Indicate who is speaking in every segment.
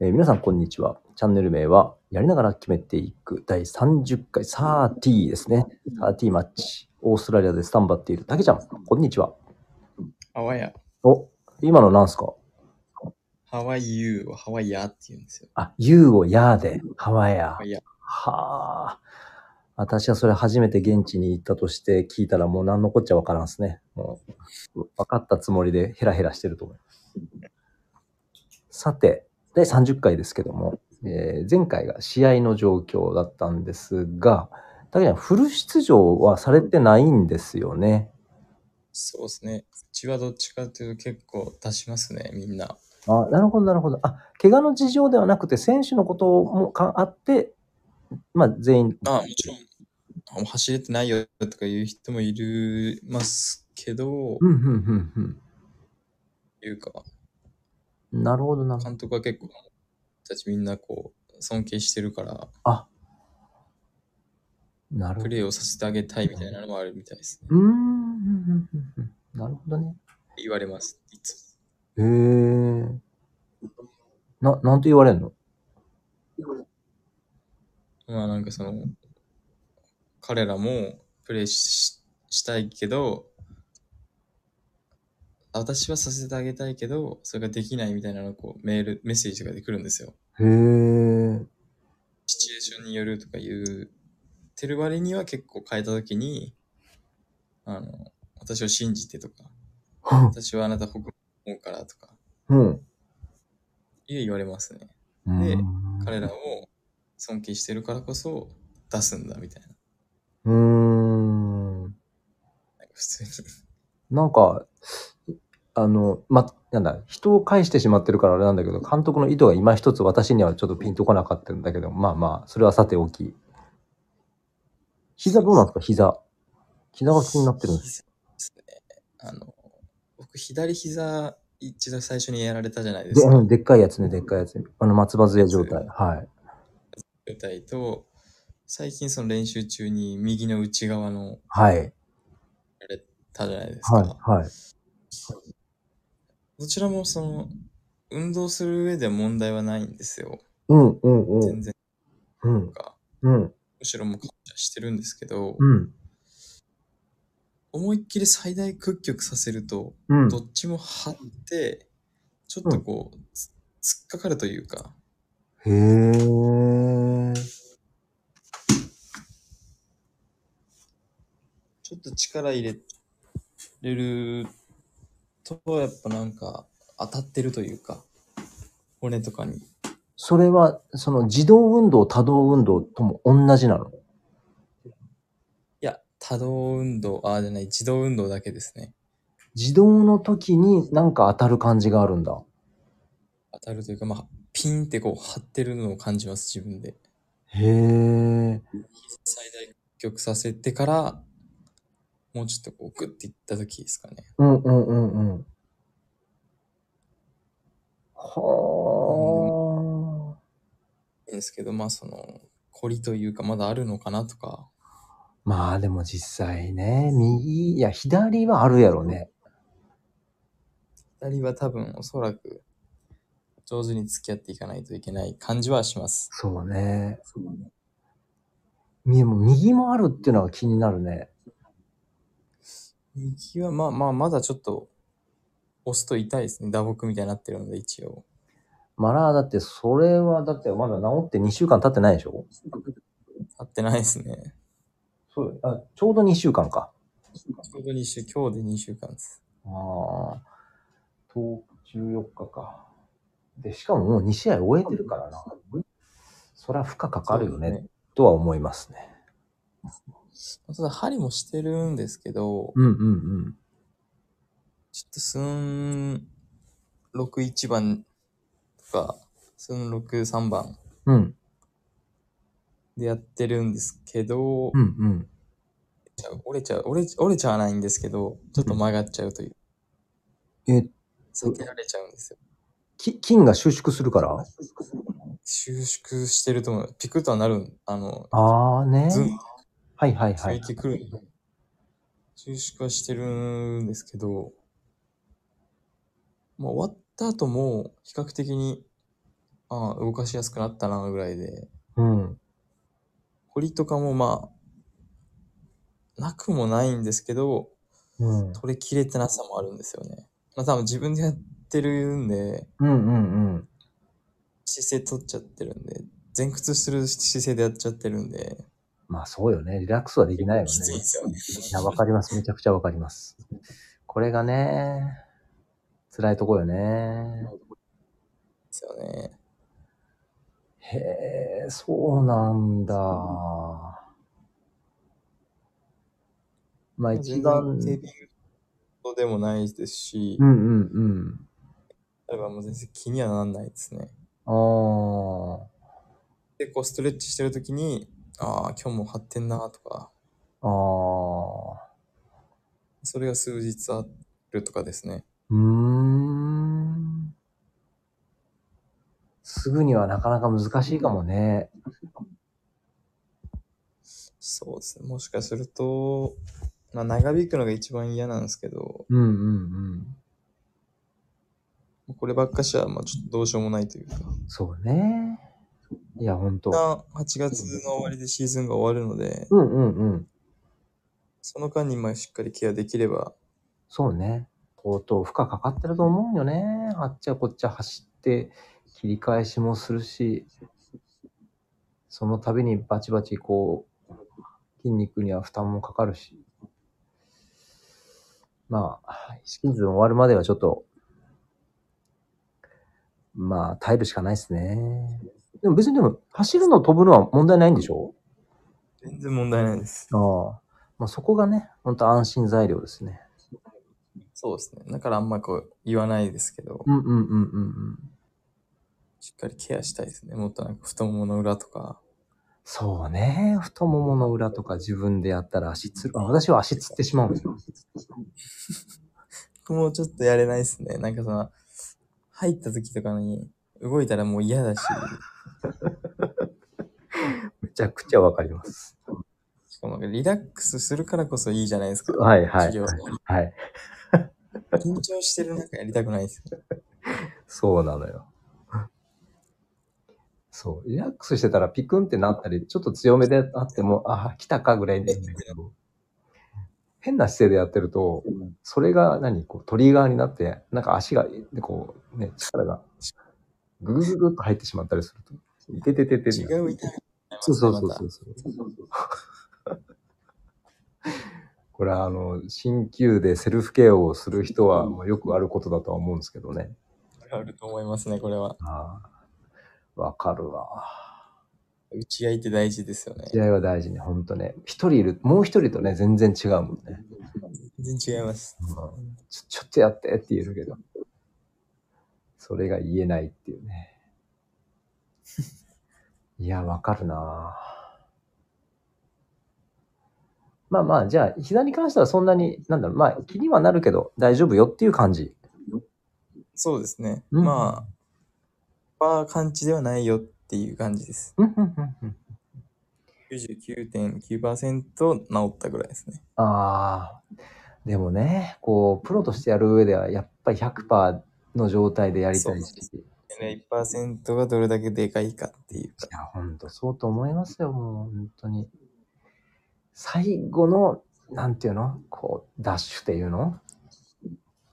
Speaker 1: えー皆さん、こんにちは。チャンネル名は、やりながら決めていく第30回、サーティーですね。サーティーマッチ。オーストラリアでスタンバっている、たけちゃん、こんにちは。
Speaker 2: ハワイア、
Speaker 1: お、今のなんすか
Speaker 2: ハワイユーをハワイヤーって言うんですよ。
Speaker 1: あ、ユーをやーで、ハワイア
Speaker 2: ハワ。イヤー。
Speaker 1: はあ。私はそれ初めて現地に行ったとして聞いたらもう何のこっちゃわからんですね。もう分かったつもりでヘラヘラしてると思います。さて、第30回ですけども、えー前回が試合の状況だったんですが、だけどフル出場はされてないんですよね。
Speaker 2: そうですね。うちはどっちかっていうと結構出しますね、みんな。
Speaker 1: あ、なるほど、なるほど。あ、怪我の事情ではなくて選手のこともかあって、まあ全員、
Speaker 2: あもちろん。あもう走れてないよとか言う人もいるますけど、
Speaker 1: うん、うん、うん、うん。
Speaker 2: いうか、
Speaker 1: なるほど、なるほど。
Speaker 2: 監督は結構、たちみんなこう、尊敬してるから、
Speaker 1: あなるほ
Speaker 2: プ
Speaker 1: ど。
Speaker 2: レーをさせてあげたいみたいなのもあるみたいですね。
Speaker 1: うーんうんうんうんうんなるほどね。
Speaker 2: 言われます。いつ
Speaker 1: へえ。な、なんて言われんの
Speaker 2: もまあなんかその、彼らもプレーししたいけど、私はさせてあげたいけど、それができないみたいなのをこうメール、メッセージがでくるんですよ。
Speaker 1: へえ。
Speaker 2: シチュエーションによるとか言うてる割には結構変えたときに、あの、私を信じてとか、私はあなた僕思うからとか、
Speaker 1: うん。
Speaker 2: いう言われますね。
Speaker 1: う
Speaker 2: で
Speaker 1: ん
Speaker 2: 彼らを尊敬してるからこそ出すんだみたいな。
Speaker 1: うーん。
Speaker 2: なんか普通に。
Speaker 1: なんか、あの、ま、なんだ、人を介してしまってるからあれなんだけど、監督の意図が今一つ私にはちょっとピンとこなかったんだけど、まあまあ、それはさておき。膝どうなんですか膝。膝が気になってるんです。
Speaker 2: 膝ですね。あの、僕、左膝、一度最初にやられたじゃないで
Speaker 1: です
Speaker 2: か。
Speaker 1: うんでっかいやつね、でっかいやつ。あの、松葉杖状態。はい。
Speaker 2: 舞台と、最近その練習中に右の内側のや
Speaker 1: はい。
Speaker 2: られたじゃないですか。
Speaker 1: はい。はい。
Speaker 2: どちらもその、運動する上では問題はないんですよ。
Speaker 1: うん、うん、うん。
Speaker 2: 全然
Speaker 1: うん、
Speaker 2: か。
Speaker 1: うん。
Speaker 2: むしろもう感謝してるんですけど、
Speaker 1: うん。
Speaker 2: 思いっきり最大屈曲させると、
Speaker 1: うん。
Speaker 2: どっちも張って、ちょっとこう、つ突っかかるというか、
Speaker 1: へー。
Speaker 2: ちょっと力入れれると、やっぱなんか当たってるというか、骨とかに。
Speaker 1: それは、その、自動運動、多動運動とも同じなの。
Speaker 2: いや、多動運動、ああじゃない、自動運動だけですね。
Speaker 1: 自動の時になんか当たる感じがあるんだ。
Speaker 2: 当たるというか、まあ、ピンってこう張ってるのを感じます、自分で。
Speaker 1: へー。
Speaker 2: 最大屈曲させてから、もうちょっとこうグッていった時ですかね。
Speaker 1: うん、うん、うん、うん。はー。
Speaker 2: いいんですけど、まあその、凝りというか、まだあるのかなとか、
Speaker 1: まあでも実際ね、右、いや、左はあるやろね。
Speaker 2: 二人は多分おそらく、上手に付き合っていかないといけない感じはします。
Speaker 1: そうね。みもう右もあるっていうのが気になるね。
Speaker 2: 右は、まあまあ、まだちょっと、押すと痛いですね。打撲みたいになってるので、一応。
Speaker 1: マラーだって、それはだってまだ治って2週間経ってないでしょ
Speaker 2: 合ってないですね。
Speaker 1: そうあちょうど2週間か。
Speaker 2: ちょうど2週、今日で2週間です。
Speaker 1: ああ、10 14日か。で、しかももう2試合終えてるからな。そりゃ負荷かかるよね、
Speaker 2: そうで
Speaker 1: とは思いますね。
Speaker 2: すね。ただ、針もしてるんですけど、
Speaker 1: うんうんうん。
Speaker 2: ちょっとすん、6、1番とか、すん6、3番
Speaker 1: うん、
Speaker 2: でやってるんですけど、
Speaker 1: うん、うん。
Speaker 2: 折れちゃう、折れちゃう、折れちゃわないんですけど、ちょっと曲がっちゃうという、
Speaker 1: えー、
Speaker 2: 避けられちゃうんですよ。
Speaker 1: き筋が収縮するから
Speaker 2: 収縮してると思う。ピクッとはなるん、あの、
Speaker 1: ああね。
Speaker 2: ズン、
Speaker 1: はいはいは
Speaker 2: つい
Speaker 1: い。
Speaker 2: てくるんで、収縮はしてるんですけど、まあ、終わった後も、比較的に、あああ、動かしやすくなったな、ぐらいで。
Speaker 1: うん。
Speaker 2: 彫りとかもまあ、なくもないんですけど、
Speaker 1: うん。
Speaker 2: 取れきれてなさもあるんですよね。まあ多分自分でやってるんで、
Speaker 1: うんうんうん。
Speaker 2: 姿勢取っちゃってるんで、前屈する姿勢でやっちゃってるんで、
Speaker 1: まあそうよね。リラックスはできないよね。
Speaker 2: きついんですよね。
Speaker 1: いや、わかります。めちゃくちゃわかります。これがね、辛いとこよね。
Speaker 2: ですよね。
Speaker 1: へえ、そうなんだ。まあ一
Speaker 2: 全然
Speaker 1: 番、
Speaker 2: テーピングとでもないですし
Speaker 1: う、んうんうん。
Speaker 2: 例えばもう全然気にはなんないですね。
Speaker 1: あー
Speaker 2: で、こうストレッチしてるときに、ああ、今日も張ってんなとか、
Speaker 1: あー、
Speaker 2: それが数日あるとかですね。
Speaker 1: うーん。すぐにはなかなか難しいかもね。
Speaker 2: そうですね。もしかすると、まあ長引くのが一番嫌なんですけど、
Speaker 1: うんうんうん。
Speaker 2: こればっかしはまあちょっとどうしようもないというか。
Speaker 1: そうね。いや、ほんと
Speaker 2: 一。旦8月の終わりでシーズンが終わるので、
Speaker 1: うんうんうん。
Speaker 2: その間にまあしっかりケアできれば、
Speaker 1: そうね。とうとう負荷かかってると思うよね。あっちゃこっちゃ走って、切り返しもするし、その度にバチバチこう、筋肉には負担もかかるし。まあ、シーズン終わるまではちょっと、まあ、耐えるしかないですね。でも別にでも、走るの飛ぶのは問題ないんでしょ
Speaker 2: 全然問題ないです。
Speaker 1: ああ。まあそこがね、本当安心材料ですね。
Speaker 2: そうですね。だからあんまこう言わないですけど
Speaker 1: う、んうんうんうんうん。
Speaker 2: しっかりケアしたいですね。もっとなんか太ももの裏とか、
Speaker 1: そうね。太ももの裏とか自分でやったら足つる。あ私は足つってしまうんですよ。
Speaker 2: 僕もちょっとやれないですね。なんかその、入った時とかに動いたらもう嫌だし、
Speaker 1: めちゃくちゃわかります。
Speaker 2: しかもなんかリラックスするからこそいいじゃないですか。
Speaker 1: はいはい
Speaker 2: 治療
Speaker 1: はい。
Speaker 2: 緊張してる中やりたくないですね。
Speaker 1: そうなのよ。そう。リラックスしてたらピクンってなったり、ちょっと強めであっても、ああ、来たかぐらいで。変な姿勢でやってると、それが何こうトリガーになって、なんか足が、でこう、ね、力が、ぐぐぐぐっと入ってしまったりすると。いててててて。
Speaker 2: 違う痛み。
Speaker 1: そうそうそう
Speaker 2: また
Speaker 1: そうそう。これはあの、鍼灸でセルフケアをする人はもうよくあることだとは思うんですけどね。
Speaker 2: あると思いますね、これは。
Speaker 1: ああ、わかるわ。
Speaker 2: 打ち合いって大事ですよね。
Speaker 1: 試合は大事ね、ほんとね。一人いる、もう一人とね、全然違うもんね。
Speaker 2: 全然違います。
Speaker 1: うんちょちょっとやってって言えるけど、それが言えないっていうね。 いや、わかるなぁまあまあ、じゃあ、膝に関してはそんなに、なんだろう、まあ、気にはなるけど、大丈夫よっていう感じ。
Speaker 2: そうですね。
Speaker 1: うん
Speaker 2: まあ、バー感知ではないよっていう感じです。
Speaker 1: うんうんうんうん
Speaker 2: 99.9%治ったぐらいですね。
Speaker 1: ああ、でもね、こう、プロとしてやる上では、やっぱり100%の状態でやりたいし。い
Speaker 2: 1%がどれだけでかいかっていうか。
Speaker 1: や、ほんと、そうと思いますよ、もう、本当に。最後の、なんていうのこう、ダッシュっていうの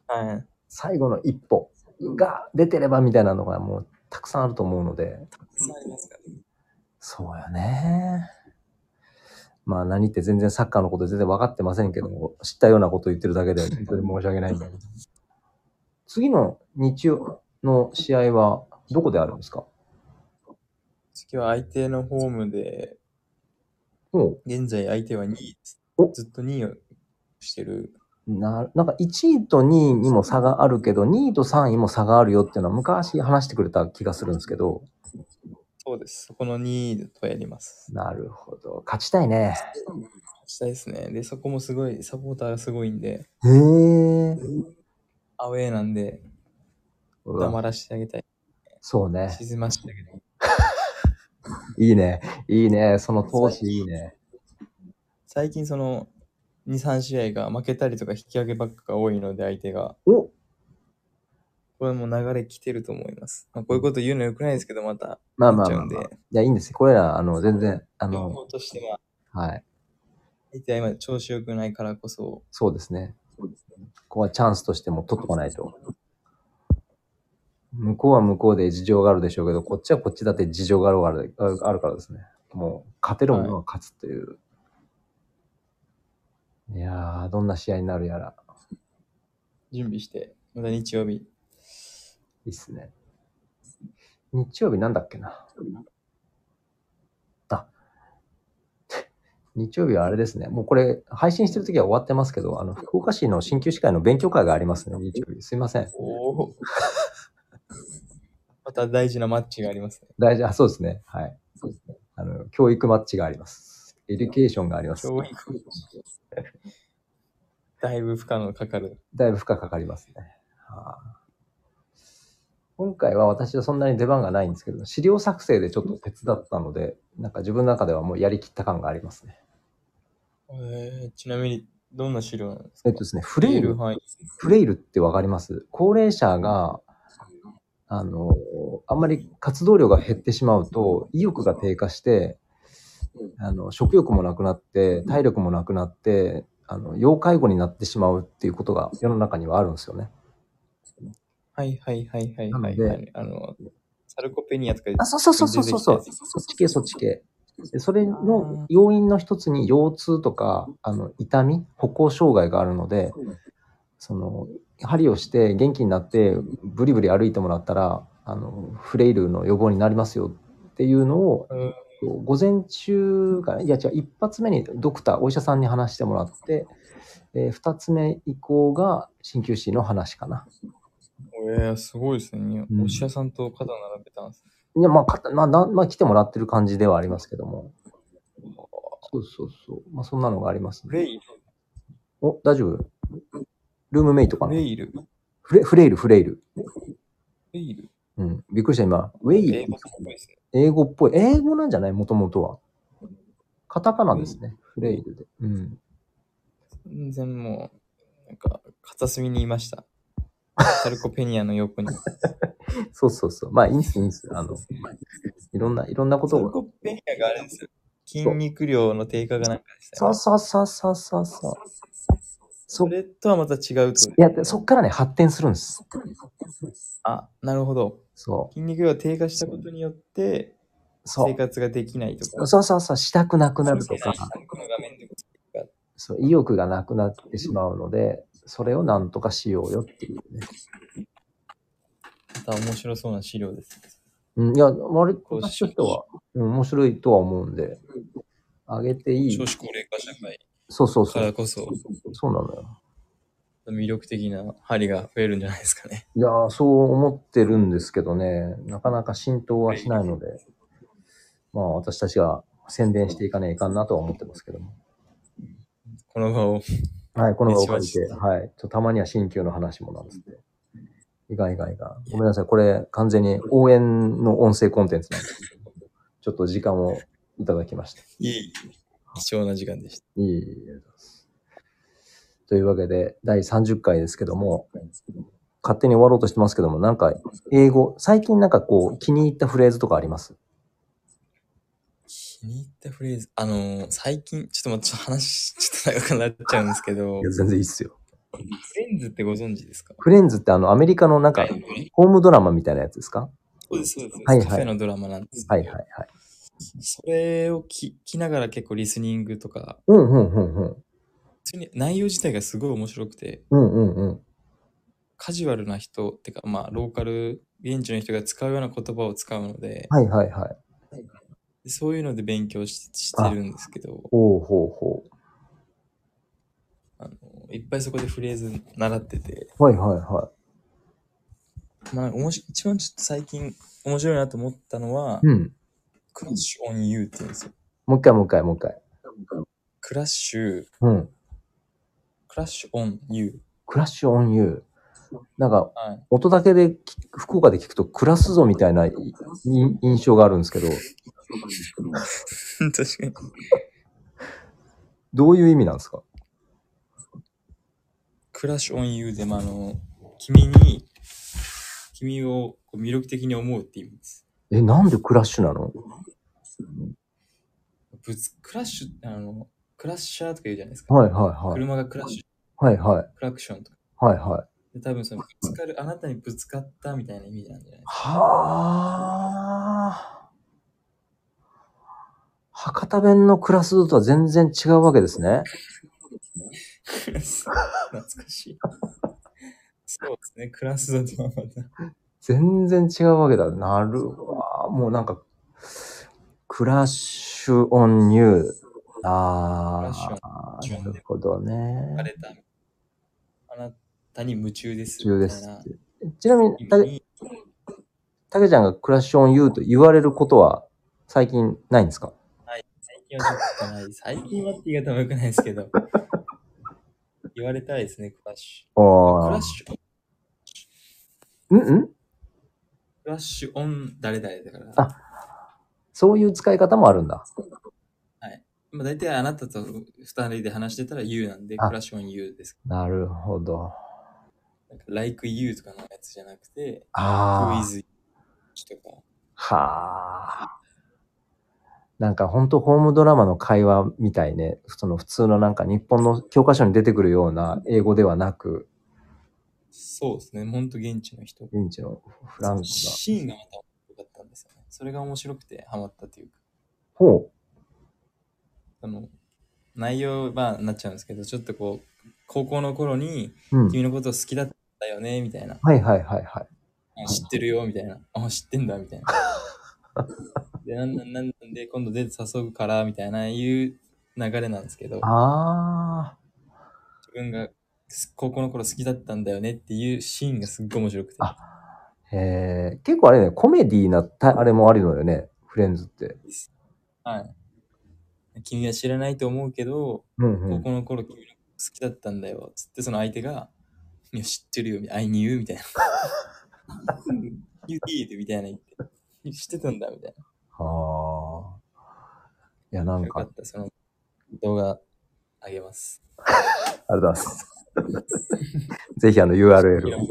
Speaker 2: はい。
Speaker 1: 最後の一歩が出てればみたいなのがもうたくさんあると思うので。
Speaker 2: そうありますかね。
Speaker 1: そうよね。まあ何って全然サッカーのこと全然分かってませんけども、知ったようなことを言ってるだけで本当に申し訳ないんだけど。次の日曜の試合はどこであるんですか
Speaker 2: 次は相手のホームで、
Speaker 1: も
Speaker 2: 現在相手は2位です
Speaker 1: お。
Speaker 2: ずっと2位をしてる。
Speaker 1: う、な、なんか1位と2位にも差があるけど、2位と3位も差があるよっていうのは昔話してくれた気がするんですけど、
Speaker 2: そうです。そこの2位とやります。
Speaker 1: なるほど。勝ちたいね。
Speaker 2: したいですね。で、そこもすごい、サポーターがすごいんで、
Speaker 1: へえ。
Speaker 2: アウェーなんで、
Speaker 1: うわ
Speaker 2: 黙らしてあげたい。
Speaker 1: そうね。
Speaker 2: 沈ましてあげたい。
Speaker 1: いいね。いいね。その投資いいね。
Speaker 2: 最近その23試合が負けたりとか引き分けばっかが多いので相手が
Speaker 1: お
Speaker 2: これはもう流れ来てると思います。まあ、こういうこと言うのよくないですけど、また。
Speaker 1: まあまあまあ、
Speaker 2: なっち
Speaker 1: ま
Speaker 2: ゃ
Speaker 1: あ。
Speaker 2: うん
Speaker 1: い
Speaker 2: で
Speaker 1: や、いいんですよ。これら、あの、全然、あ
Speaker 2: 情
Speaker 1: の、
Speaker 2: 報としては、
Speaker 1: はい。
Speaker 2: 相手は今調子良くないからこそ、
Speaker 1: そうですね。ここはチャンスとしても取っとかないと。向こうは向こうで事情があるでしょうけど、こっちはこっちだって事情があるからあるからですね。もう、勝てるものは勝つという。い、やー、どんな試合になるやら、
Speaker 2: 準備して、また日曜日。
Speaker 1: いいっすね。日曜日なんだっけな。あ、日曜日はあれですね。もうこれ、配信してる時は終わってますけど、あの、福岡市の鍼灸師会の勉強会がありますね、日曜日。すいません。
Speaker 2: おお。 また大事なマッチがありますね。
Speaker 1: 大事、あ、そうですね。はい。あの、教育マッチがあります。エデュケーションがあります。
Speaker 2: 教育。だいぶ負荷のかかる。
Speaker 1: だいぶ負荷かかりますね。はあ今回は私はそんなに出番がないんですけど、資料作成でちょっと手伝ったので、なんか自分の中ではもうやりきった感がありますね。
Speaker 2: えー、ちなみに、どんな資料なんですか
Speaker 1: えっとですね、フレイル、
Speaker 2: 範囲。
Speaker 1: フレイルってわかります高齢者が、あの、あんまり活動量が減ってしまうと、意欲が低下して、あの、食欲もなくなって、体力もなくなって、あの、要介護になってしまうっていうことが世の中にはあるんですよね。
Speaker 2: はいはいはいはいはい、
Speaker 1: な
Speaker 2: は
Speaker 1: の
Speaker 2: い。あの、サルコペニアとかで
Speaker 1: あ、そうそうそうそうそうそう。そっち系、そっち系。でそれの要因の一つに腰痛とか、あの、痛み、歩行障害があるので、その、針をして元気になって、ブリブリ歩いてもらったら、あの、フレイルの予防になりますよっていうのを
Speaker 2: うん、
Speaker 1: 午前中かな、いや違う、一発目にドクター、お医者さんに話してもらって、えー二つ目以降が鍼灸師の話かな。
Speaker 2: えー、すごいですね
Speaker 1: う。ん
Speaker 2: お医者さんと肩並べたんです。
Speaker 1: いや、まあ、かまあ、なまあ、来てもらってる感じではありますけども。そうそうそう。まあ、そんなのがあります
Speaker 2: フ
Speaker 1: ね。
Speaker 2: レイル。
Speaker 1: お、大丈夫ルームメイトか
Speaker 2: フ
Speaker 1: な
Speaker 2: レイル。
Speaker 1: フ
Speaker 2: フ
Speaker 1: レフレイル、フレイル。
Speaker 2: レイル。
Speaker 1: うん。びっくりした、今。ウェイ、
Speaker 2: 英語っぽいですね。
Speaker 1: 英語っぽい。英語なんじゃないもともとは。カタカナですね。フレイルで。うん。
Speaker 2: 全然もう、なんか、片隅にい ました。サルコペニアの横に。サ
Speaker 1: そうそうそう。まあ、いいんす、いいんす。あの、いろんな、いろんなこと
Speaker 2: ル
Speaker 1: を。
Speaker 2: コペニアがあれですよ。筋肉量の低下がなんかでした
Speaker 1: そ
Speaker 2: よ
Speaker 1: う
Speaker 2: ね。
Speaker 1: そうそうそうそうそう。そ。
Speaker 2: そう
Speaker 1: い
Speaker 2: れとはまた違うと。
Speaker 1: や、でそっからね、発展するんです。
Speaker 2: あ、なるほど。
Speaker 1: そう。
Speaker 2: 筋肉量が低下したことによって、
Speaker 1: そ
Speaker 2: 生
Speaker 1: う。
Speaker 2: 活ができないとか。
Speaker 1: そうそうそう。したくなくなるとか。
Speaker 2: この画面でも
Speaker 1: そう意欲がなくなってしまうので、それをなんとかしようよっていうね。
Speaker 2: また面白そうな資料です。
Speaker 1: うん、いや、割と
Speaker 2: こう
Speaker 1: 私としては、うん面白いとは思うんで、あげていい
Speaker 2: 少。子高齢化社会
Speaker 1: そうそう
Speaker 2: か
Speaker 1: そ
Speaker 2: ら
Speaker 1: う。
Speaker 2: こそ
Speaker 1: そうなのよ。
Speaker 2: 魅力的な針が増えるんじゃないですかね。
Speaker 1: いやー、そう思ってるんですけどね、なかなか浸透はしないので、まあ私たちが宣伝していかねえかんなとは思ってますけども。
Speaker 2: この場を。
Speaker 1: はい、この場を借りて、
Speaker 2: 一番知った
Speaker 1: はい。ちょたまには新旧の話もなんつって。意外意外が。ごめんなさい。これ、完全に応援の音声コンテンツなんですけど、ちょっと時間をいただきました。
Speaker 2: いい、貴重な時間でした。
Speaker 1: いいえ、というわけで、第30回ですけども、勝手に終わろうとしてますけども、なんか、英語、最近なんかこう、気に入ったフレーズとかあります
Speaker 2: 気に入ったフレーズ。あのー最近、ちょっと待って、ちょっと話、ちょっと長くなっちゃうんですけど、フ
Speaker 1: 全然いいっすよ。
Speaker 2: レンズってご存知ですか
Speaker 1: フレンズってあの、アメリカのなんか、ホームドラマみたいなやつですか
Speaker 2: そうです、そうです。
Speaker 1: はいはい
Speaker 2: カフェのドラマなんですけど、
Speaker 1: はいはいはい。
Speaker 2: それを聞きながら結構リスニングとか、
Speaker 1: うんうんうんうん。
Speaker 2: 普通に内容自体がすごい面白くて、
Speaker 1: うんうんうん。
Speaker 2: カジュアルな人ってか、まあ、ローカル、現地の人が使うような言葉を使うので、
Speaker 1: はいはいはい。
Speaker 2: でそういうので勉強ししてるんですけど、
Speaker 1: ほうほうほ
Speaker 2: あのいっぱいそこでフレーズ習ってて、
Speaker 1: う。はいはいは
Speaker 2: まあ、おもし一番ちょっと最近面白いなと思ったのは、
Speaker 1: い。うん。
Speaker 2: クラッシュオンユーって言うんですよ。
Speaker 1: もう一回もう一回もう一回。
Speaker 2: クラッシュ、
Speaker 1: うん。
Speaker 2: クラッシュオンユ
Speaker 1: クラッシュオンユー。なんか、
Speaker 2: ー。はい。
Speaker 1: 音だけで聞く、福岡で聞くと、暮らすぞみたいないい印象があるんですけど、
Speaker 2: 確かに。
Speaker 1: どういう意味なんですか
Speaker 2: クラッシュオンユーで、まあ、あの、君に君をこう魅力的に思うって意味です。
Speaker 1: え、なんでクラッシュなの
Speaker 2: ぶつ、クラッシュ、あの、クラッシャーとか言うじゃないですか。
Speaker 1: はいはいはい。
Speaker 2: 車がクラッシ
Speaker 1: はいはい。
Speaker 2: ュ、クラクションとか。
Speaker 1: はいはい。
Speaker 2: で、多分その、ぶつかる、あなたにぶつかったみたいな意味なんじゃないですか。
Speaker 1: はあ。博多弁のクラスとは全然違うわけですね。
Speaker 2: クラス、懐かしい。そうですね、クラスだとはまた。
Speaker 1: 全然違うわけだ。なるわ。もうなんか、クラッシュオンニュー。ああ、
Speaker 2: クラッシュオン
Speaker 1: なるほど
Speaker 2: 晴
Speaker 1: ね。
Speaker 2: れた。あなたに夢中です。
Speaker 1: 中です
Speaker 2: みたいな
Speaker 1: って。ちなみ
Speaker 2: 意
Speaker 1: に、た
Speaker 2: 味
Speaker 1: け
Speaker 2: に
Speaker 1: たけちゃんがクラッシュオンユーと言われることは最近ないんですか
Speaker 2: 最近はちょっとない。最近はって言い方も良くないですけど。言われたいですね、クラッシ
Speaker 1: あ
Speaker 2: ュ。クラ
Speaker 1: あ
Speaker 2: ッ。シュ、ク
Speaker 1: うんうん
Speaker 2: ラッシュオン誰々だから。
Speaker 1: あそういう使い方もあるんだ。
Speaker 2: まあ、大体あなたと二人で話してたら You なんで、
Speaker 1: あ
Speaker 2: クラッシュオン You です。
Speaker 1: なるほど。
Speaker 2: なんか Like You とかのやつじゃなくて、
Speaker 1: あ
Speaker 2: Who
Speaker 1: あ。
Speaker 2: is You とか。
Speaker 1: はあ。なんか本当ホームドラマの会話みたいね。その普通のなんか日本の教科書に出てくるような英語ではなく、
Speaker 2: そうですね、ほんと現地の人。
Speaker 1: 現地のフランクな。
Speaker 2: シーンがまた面白かったんですよね。それが面白くてハマったというか。
Speaker 1: ほ
Speaker 2: その内容はなっちゃうんですけど、ちょっとこう、高校の頃に
Speaker 1: う。うん。
Speaker 2: 君のこと好きだったよね、みたいな。
Speaker 1: はいはいはいはい。
Speaker 2: あ知ってるよ、みたいな。あ、知ってんだ、みたいな。で、なんなんなんなんで、今度デート誘うから、みたいな、いう流れなんですけど、
Speaker 1: ああ。
Speaker 2: 自分がす高校の頃好きだったんだよねっていうシーンがすっごい面白くて。
Speaker 1: あえー、結構あれね、コメディーなた、あれもあるのよね。フレンズって。
Speaker 2: はい。君は知らないと思うけど、
Speaker 1: うんう
Speaker 2: 高
Speaker 1: ん。
Speaker 2: 校の頃君のこと好きだったんだよ、つってその相手が、いや、知ってるよ、みたいな、I knew みたいな。You did みたいな言って、知ってたんだ、みたいな。
Speaker 1: ああ。いや、なん
Speaker 2: よか
Speaker 1: か、
Speaker 2: った、その動画あげます。
Speaker 1: ありがとうございます。 ぜひあの URL を。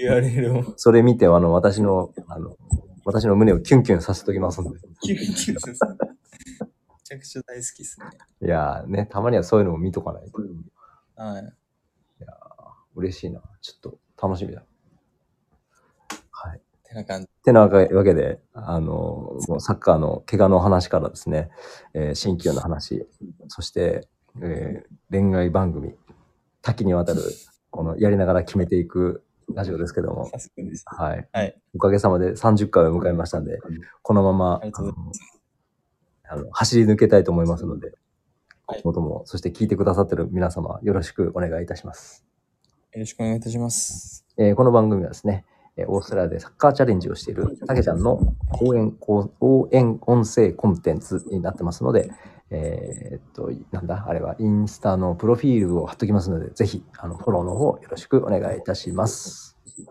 Speaker 2: URL を
Speaker 1: それ見て、あの、私の、あの、私の胸をキュンキュンさせときますんで。
Speaker 2: キュンキュンさせるめちゃくちゃ大好きですね。
Speaker 1: いやーね、たまにはそういうのも見とかないと。
Speaker 2: はい。
Speaker 1: 嬉しいな。ちょっと楽しみだ。はい。
Speaker 2: てな感じ。
Speaker 1: てなわけで、あの、もうサッカーの怪我の話からですね、えー、新旧の話、そして、えー恋愛番組、多岐にわたる、この、やりながら決めていくラジオですけども、
Speaker 2: 早速です。
Speaker 1: はい。
Speaker 2: はい。
Speaker 1: おかげさまで30回を迎えましたんで、このまま
Speaker 2: ありがとうございます
Speaker 1: あのあの走り抜けたいと思いますので、
Speaker 2: はい
Speaker 1: 今後とも、そして聞いてくださってる皆様、よろしくお願いいたします。
Speaker 2: よろしくお願いいたします。
Speaker 1: えーこの番組はですね、えーオーストラリアでサッカーチャレンジをしているたけちゃんの応援こう応援音声コンテンツになってますので、えーっと、なんだ、あれはインスタのプロフィールを貼っときますので、ぜひあのフォローの方よろしくお願いいたします。
Speaker 2: お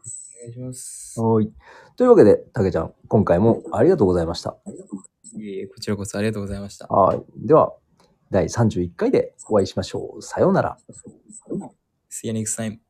Speaker 2: 願いします。
Speaker 1: はい。というわけで、たけちゃん、今回もありがとうございました。
Speaker 2: いえいえこちらこそありがとうございました。
Speaker 1: はい。では、第31回でお会いしましょう。さようなら。
Speaker 2: See you next time.